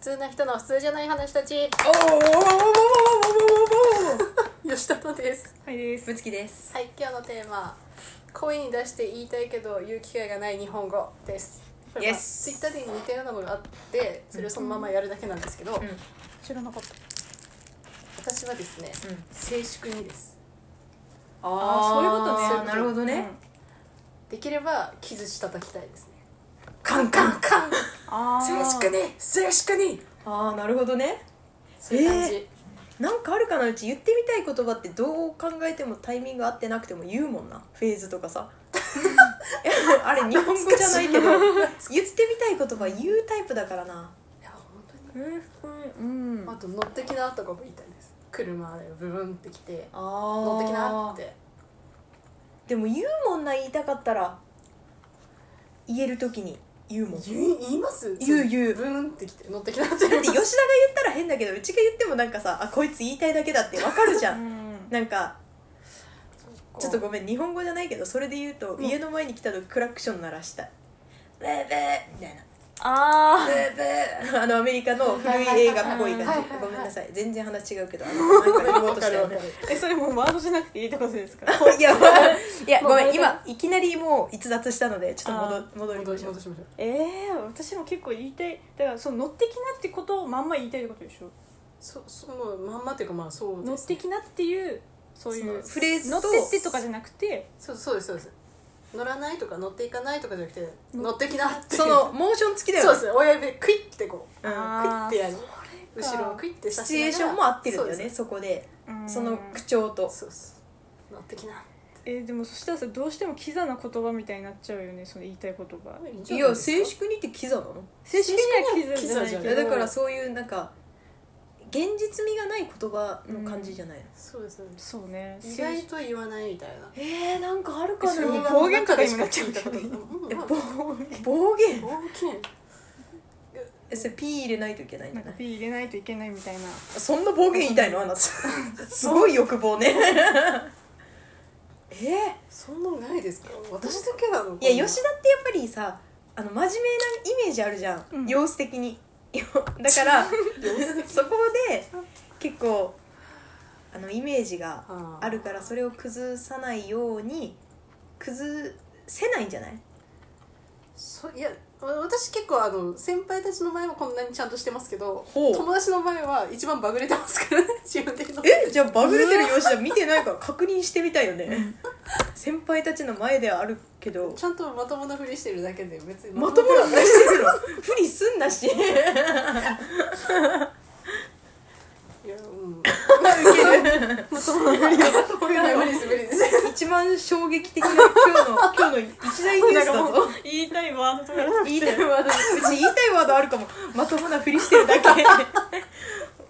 通な人の普通じゃない話た ちおーおーおーおーおーおーおーおーおー吉田ですはいですむつきですはい今日のテーマ声に出して言いたいけど言う機会がない日本語ですこれ Yes まあツイッターで似たようなものがあってそれをそのままやるだけなんですけど、うん知らなかった私はですねうん静粛にですあーそういうことねなるほどねできれば木槌叩きたいですねカンカンカンあ静粛に静粛にああなるほどねそういう感じ、えなんかあるかなうち言ってみたい言葉ってどう考えてもタイミング合ってなくても言うもんなフェーズとかさいやあれ日本語じゃないけど言ってみたい言葉言うタイプだからないや本当にうんうんあと乗ってきなとかも言いたいです車でブブンって来てあ乗乗ってきなってでも言うもんな言いたかったら言える時に言うもんだ言い言います言う言うブーンって来て乗って きなってって吉田が言ったら変だけどうちが言ってもなんかさあこいつ言いたいだけだってわかるじ ゃんなんかちょっとごめん日本語じゃないけどそれで言うと、ん家の前に来たとクラクション鳴らしたい「ブーブー」みたいなあブーブーあのアメリカの古い映画っぽいはい感はいはいじごめんなさい全然話違うけどあのなんか言おうとしたよねーえそれもうワードじゃなくていいってことですか いや、まあいやもうごめんこれ今いきなりもう逸脱したのでちょっと戻戻り戻まししょう戻しましょうええー、私も結構言いたいだからその乗ってきなってことをまんま言いたいってことでしょそそもうまんまっていうかまあそう乗でっすてきなっていうそういうそのフレーズ乗っとてってとかじゃなくてそうそうですそうです乗らないとか乗っていかないとかじゃなくて乗ってきなってそのモーション付きだそうよでねす親指クイッてこううんあクイッてやるーそ後れかろをクイッてシさチュエーションも合ってるんだよねそこでうんその口調とそうです乗ってきなえーでもそしたらさどうしてもキザな言葉みたいになっちゃうよねその言いたい言葉いや静粛にってキザなの正式にはキザじ正ゃ式にはキザじゃないいなけやどだからそういうなんか現実味がない言葉の感じじゃないの、そうですそうですそうね意外と言わないみたいなえー、なんかあるそれも暴言とかにもなっちゃうけどねうんえまあ暴暴言暴言えそれピー入れないといけないんじなゃんなかい P 入れないといけないみたいなそんな暴言言いたいのあ なたすごい欲望ね えそんなのないですか私だけなのー、いや吉田ってやっぱりさあの真面目なイメージあるじゃん、うん様子的に だからそこで結構あのイメージが田あるからそれを崩さないように崩せないんじゃないそいやわ私結構あの先輩たちの前はこんなにちゃんとしてますけどほう友達の前は一番バグれてますからね 自分的にえじゃあバグれてる吉田見てないから確認してみたいよね先輩たちの前ではあるけどちゃんとまともなふりしてるだけで別にまともな話してるの 不利すんなしウケいやうんるまともな無理です無理です一番衝撃的な今日の今日の一大ニュースだなんかもぞう 言いたいワードとか言いたいワードうち言いたいワードあるかもまともなふりしてるだ け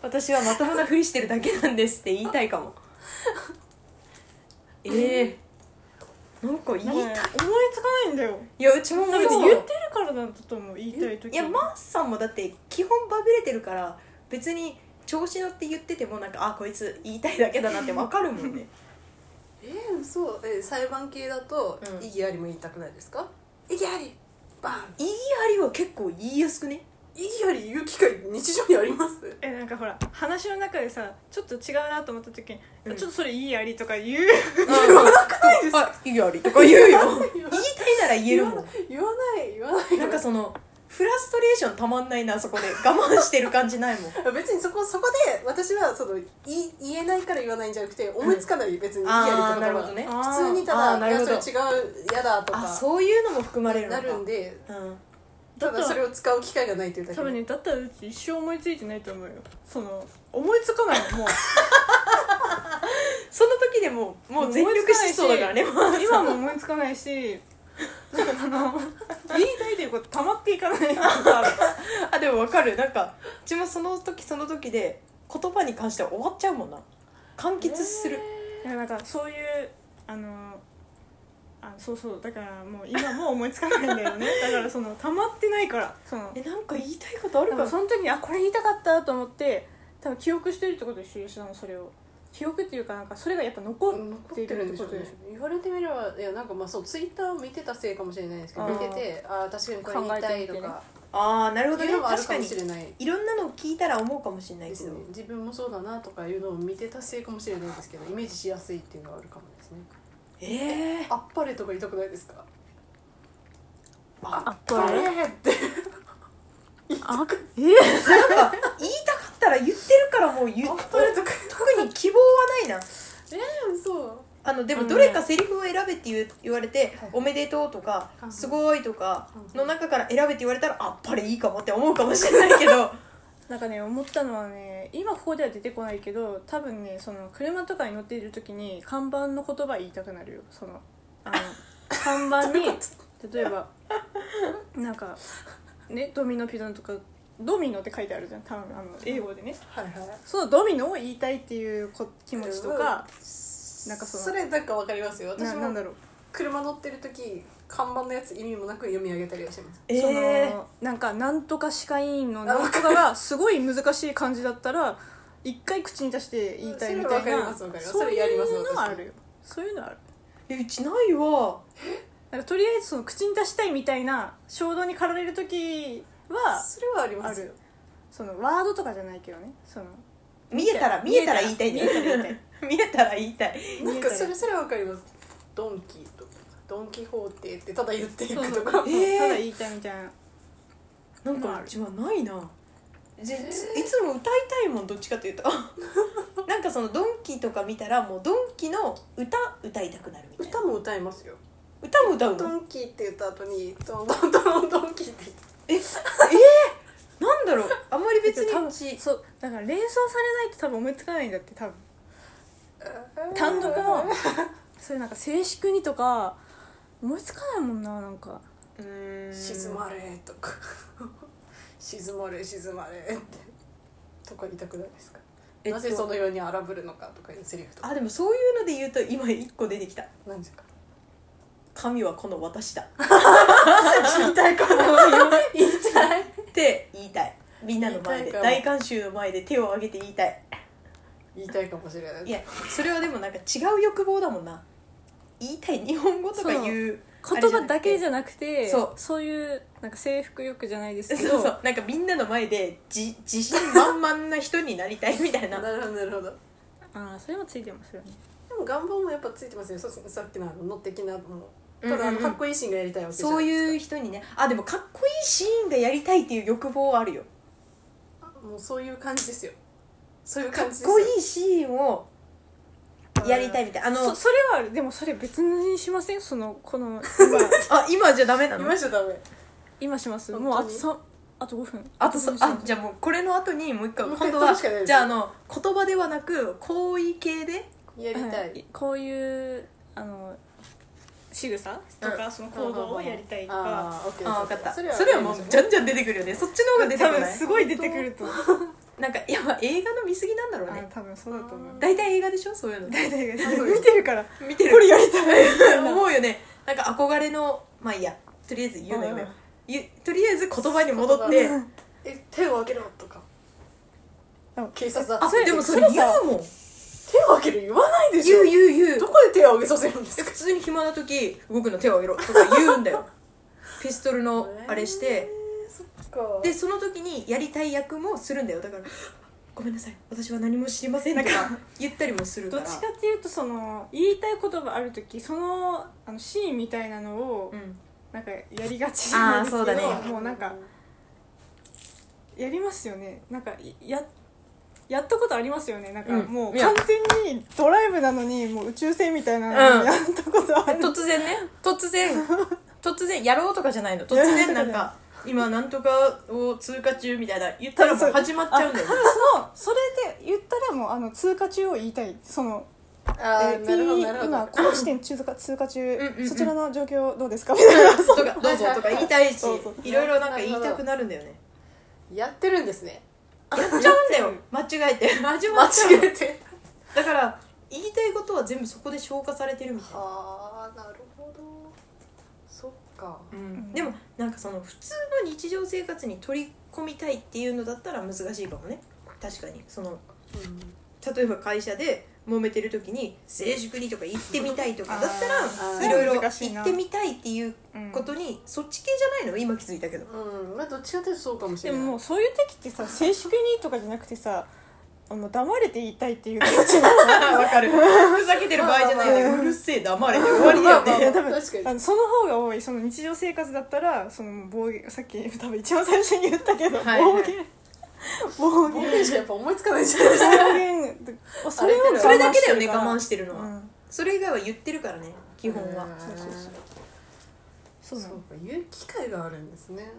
私はまともなふりしてるだけなんですって言いたいかもええなんか言いなんたかい、ね思いつかないんだよいやうちも多も分う言ってるからだと思う言いたい時いやマースさんもだって基本バグれてるから別に調子乗って言っててもなんかあこいつ言いたいだけだなってわかるもんね えー、嘘え裁判系だとうん異議ありも言いたくないですか異議ありバン 言い張りは結構言いやすくね異議あり言う機会日常にありますえなんかほら話の中でさちょっと違うなと思った時に、うんちょっとそれいいやりとか言う 言わなくないですかあ言い張りと か言うよ言いたいなら言えるもん言わない言わない なんかそのフラストレーションたまんないなそこで我慢してる感 じないもん別にそこそこで私はそのい言えないから言わないんじゃなくて思いつかない、別に嫌りとあかあなるほどね あ普通にたあーだないるほやどそれ違う嫌だとあかそういうのも含まれるのなかるんでうん、だたっただそれらを使う機会がないというだけ多分ねだったらうち一生思いついてないと思うよその思いつかない のもう その時でもうもう全力疾走だからねもう今も思いつかないしなんか あの言いたいということたまっていかないのがある あでもわかるなんかうちもその時その時で言葉に関しては終わっちゃうもんな完結する、いやなんかそういうあのあそうそうだからもう今もう思いつかないんだよねだからその溜まってないからそのえなんか言いたいことあるだかかららその時にあこれ言いたかったと思って多分記憶してるってことでしょ吉田のそれを記憶っていうかなんかそれがやっぱ残って残いってるるんってでしこょうとでねしょ言われてみればいやなんかまあそうツイッターを見てたせいかもしれないですけどあー見ててああ確かにこれ言いたいとかああなるほどいうねのもある確かかもにしれないいろんなのを聞いたら思うかもしれないでけすど、ね自分もそうだなとかいうのを見てたせいかもしれないですけどイメージしやすいっていうのはあるかもですねええあっぱれとか言いたくないですかあっあぱれれってあえなんか言いたかったら言ってるからもう言 うあっぱれとか特に希望はないなそうあのであものねどれかセリフを選べって言う言われてはい「おめでとう」とかう「んすごい」とかうんの中から選べって言われたらあっぱれいいかもって思うかもしれないけどなんかね思ったのはね今ここでは出てこないけど多分ねその車とかに乗っている時に看板の言葉言いたくなるよそのあの看板に例えばなんかねドミノピザとかドミノって書いてあるじゃん多分あの英語でねはいはいそのドミノを言いたいっていうこ気持ちとかなんかそのそれなんかわかりますよな私なんもだろう車乗ってる時看板のやつ意味もなく読み上げたりはしますえそえのなんかなんとか歯科医院のなんとかがすごい難しい漢字だったら一回口に出して言いたいみたそれいわかりなますわかりますそうそれやりいますうのはあるよそういうのはあるえうちないわなんかとりあえずその口に出したいみたいな衝動に駆られる時はそれはありまあするよよそのワードとかじゃないけどね その見えたら見えたら言いたいね見えたら言いたいな見えたら言いたいんかそれそれはわかりますドンキーとかドン・キホーテってただ言っていそうくそうとかえーただ言いたいみたいななんまあかうちはないなぜいつも歌いたいもんどっちかというとなんかそのドンキとか見たらもうドンキの歌歌いたくなるみたいな歌も歌いますよ歌も歌うドのンキーって言った後にドンドンドンドンキーって言ってええー、なんだろうあんまり別多分にうちそうだから連想されないと多分思いつかないんだって多分単単独独ももそれなんか静粛にとか思いつかないもんななんかうーん静まれとか静まれ静まれってとか言いたくないですか、えっとなぜそのように荒ぶるのかとかいうセリフとかあでもそういうので言うと今一個出てきた何ですか神はこの 私だ言いたいかも言いたいって言いたいみんなの前で言いたいか大も観衆の前で手を挙げて言いたい言いたいかもしれないいやそれはでもなんか違う欲望だもんな言いたい日本語とか言う言葉だけじゃなくてそうそういうなんか制服欲じゃないですそうけどそうなんかみんなの前でじ自信満々な人になりたいみたい なななるほどなるほどああそれもついてますよねでも願望もやっぱついてますねそうさっきのあの乗ってきなのもたうんだあのうんかっこいいシーンがやりたいわけじゃそなういですかいう人にねあでもかっこいいシーンがやりたいっていう欲望はあるよもうそういう感じですよそういうかっ感じですよこいいシーンをやりたいみたいあのそそれはあるでもそれ別にしませんそのこのあ今じゃダメなの今じゃダメ今今します本もうあ当とに三あと5分あとそ5分あじゃあもうこれの後にもう一回もう一今回度は撮るしかないですじゃああの言葉ではなく行為系でやりたい、はいこういうあの仕草とか、その行動をやりたいとかあーオッケーですあ分かったそそれれははもうじゃんじゃん出てくるよねそっちの方が出て多く分ないすごい出てくると思うなんかいやまあ映画の見過ぎなんだろうねあ多分そうだと思うあ大体映画でしょそういうの大体が見てるから見てるこれやりたい 思うよねなんか憧れのまあいいやとりあえず言うのよ、うんゆとりあえず言葉に戻って言え手を開けろとかうん警察だああでもそれ言うもん手を開ける言わないでし言ょう言う言うどこで手を上げさせるんですえか普通に暇な時動くの手を挙げろとか言うんだよピストルのあれして、そっかでその時にやりたい役もするんだよだから 「ごめんなさい私は何も知りません」となか言ったりもするかどっらちかっていうとその言いたい言葉ある時そのあのシーンみたいなのをうん、なんかやりがちなんであーそすけどうだねもうなんかやりますよねなんかいややったことありますよねなんかうんもういや完全にドライブなのにもう宇宙船みたいなのうんにやったことある、突然ね 突然突然やろうとかじゃ ないの突然なんか今なんとかを通過中みたいな言ったらもう始まっちゃうんだよねそのそれで言ったらもうあの通過中を言いたいそのあえーーなるほどなるほ P 今どこの地点中とか通過中んうんうんそちらの状況どうですかみたいなとかどうぞとか言いたいしそうそういろいろなんか言いたくなるんだよねやってるんですねやっちゃうんだよ間違えて始ま間っちゃうの違えてだから言いたいことは全部そこで消化されてるみたいな、ああなるほどそっかうんでもなんかその普通の日常生活に取り込みたいっていうのだったら難しいかもね確かにそのうん例えば会社で揉めてる時に成熟にとか行ってみたいとかだったあらーいろいろ難しい行なってみたいっていううんことにそっち系じゃないの今気づいたけどうんまあどっちかというとそうかもしでれないももうそういう時ってさ静粛にとかじゃなくてさあの黙れて言いた いっていう気持ちになっちゃうわかる ふざけてる場合じゃない よねうるせえ黙れて終わりだよまあまあねまあ確かにあのその方が多いその日常生活だったらその暴言さっき多分一番最初に言ったけど、はいはい暴言暴冒言険しかやっぱ思いつかないじゃないですか暴言あそれを我慢 してるからそれだけだよね我慢してるうのは、んそれ以外は言ってるからね基本は、うんそうそうそうそうなそうかの言う機会があるんですね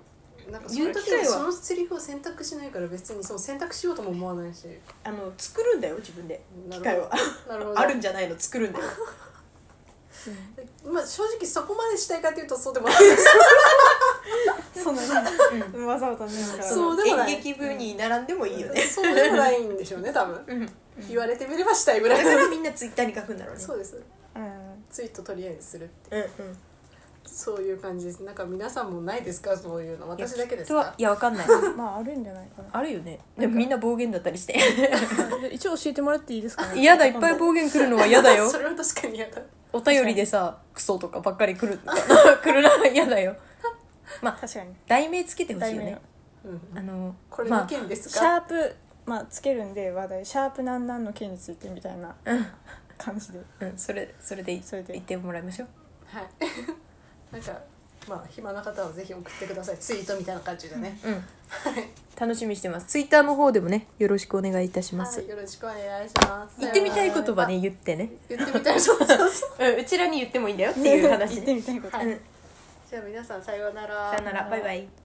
なんかそ言のう機時会はにそのセリフを選択しないから別にその選択しようとも思わないしあの作るんだよ自分でな機るほど会はなるほどあるんじゃないの作るんだよまあ正直そこまでしたいかというとそうでもないですそうなの、うん、わざわざねだからそうでもない演劇部に並んでもいいよね、そうでもないんでしょうね多分うん言われてみればしたいぐだらいかのらみんなツイッターに書くんだろうねそうですうんツイートとりあえずするってうんうんそういう感じですなんか皆さんもないですかそういうの私だけです人はかいやわかんないまああるんじゃない かなあるよねでもみんな暴言だったりして一応教えてもらっていいですかね嫌だいっぱい暴言来るのは嫌だ よそれは確かに嫌だお便りでさクソとかばっかり来る来るな嫌だよ確かに題名つけてほしいよ題名ねうんあのこれまのあ件ですシかャープまあつけるんで話題シャープなんなんの件についてみたいな感じでうん、それそれでいそれで言ってもらいましょうはい なんかまあ暇な方はぜひ送ってくださいツイートみたいな感じでねうん楽しみにしてますツイッターの方でもねよろしくお願いいたします、はい、よろしくお願いします。言ってみたい言葉ね言ってね、言ってみたいそうそうそううん、う ちらに言ってもいいんだよっていう話言ってみたいことはいじゃあ皆さんさようなら。さよならバイバイ